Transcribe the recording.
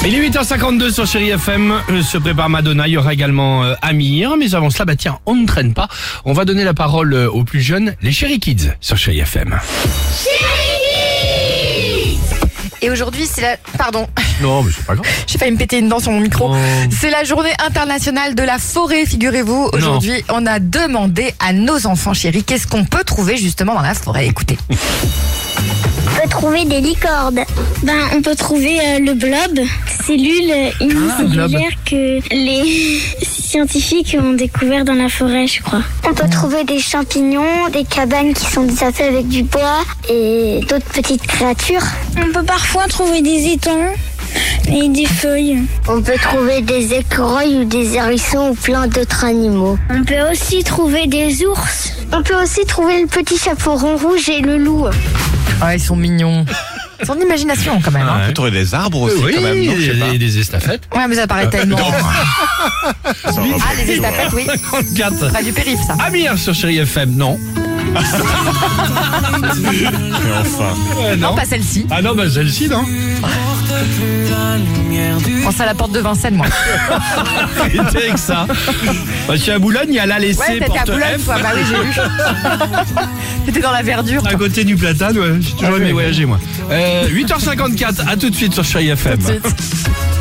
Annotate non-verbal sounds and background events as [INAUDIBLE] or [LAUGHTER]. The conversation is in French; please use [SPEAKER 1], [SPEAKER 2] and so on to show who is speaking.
[SPEAKER 1] 8h52 sur Chéri FM euh, se prépare Madonna. Il y aura également euh, Amir. Mais avant cela, bah tiens, on ne traîne pas. On va donner la parole euh, aux plus jeunes, les Chéri Kids sur Chéri FM.
[SPEAKER 2] Et aujourd'hui, c'est la. Pardon, [LAUGHS]
[SPEAKER 1] Non, mais c'est pas grave.
[SPEAKER 2] j'ai failli me péter une dent sur mon micro.
[SPEAKER 1] Oh.
[SPEAKER 2] C'est la journée internationale de la forêt, figurez-vous. Aujourd'hui, on a demandé à nos enfants chéris qu'est-ce qu'on peut trouver justement dans la forêt. Écoutez.
[SPEAKER 3] peut trouver des licornes. Ben, on peut trouver euh, le blob, cellule
[SPEAKER 1] blob.
[SPEAKER 3] unicellulaire que les [LAUGHS] scientifiques ont découvert dans la forêt, je crois. On peut trouver des champignons, des cabanes qui sont déjà faites avec du bois et d'autres petites créatures. On peut parfois trouver des étangs et des feuilles. On peut trouver des écureuils ou des hérissons ou plein d'autres animaux. On peut aussi trouver des ours. On peut aussi trouver le petit chaperon rouge et le loup.
[SPEAKER 2] [LAUGHS] Ah, ils sont mignons. Son imagination quand même. hein.
[SPEAKER 4] On peut trouver des arbres aussi
[SPEAKER 1] oui,
[SPEAKER 4] quand même, non Je sais
[SPEAKER 1] des, des estafettes. [LAUGHS]
[SPEAKER 2] Ouais, Ah, mais ça paraît tellement.
[SPEAKER 4] pas. Ça va,
[SPEAKER 2] Ah, les estafettes, oui.
[SPEAKER 1] 34.
[SPEAKER 2] Pas du périph', ça.
[SPEAKER 1] Amir sur Chéri FM, non.
[SPEAKER 4] mais enfin.
[SPEAKER 1] Euh,
[SPEAKER 2] Non, pas celle-ci.
[SPEAKER 1] Ah non, bah celle-ci,
[SPEAKER 2] [LAUGHS]
[SPEAKER 1] non.
[SPEAKER 2] Pense à la porte de Vincennes, moi.
[SPEAKER 1] Arrêtez avec ça. Bah, chez à Boulogne, il y a la laissée
[SPEAKER 2] Ouais, t'étais à
[SPEAKER 1] porte
[SPEAKER 2] Boulogne,
[SPEAKER 1] F.
[SPEAKER 2] toi. Bah oui, j'ai vu. [LAUGHS] T'étais dans la verdure.
[SPEAKER 1] À
[SPEAKER 2] toi.
[SPEAKER 1] côté du platane, ouais. J'ai toujours aimé voyager, moi. Euh, 8h54, à tout de suite sur Chéri FM.
[SPEAKER 2] Tout de suite.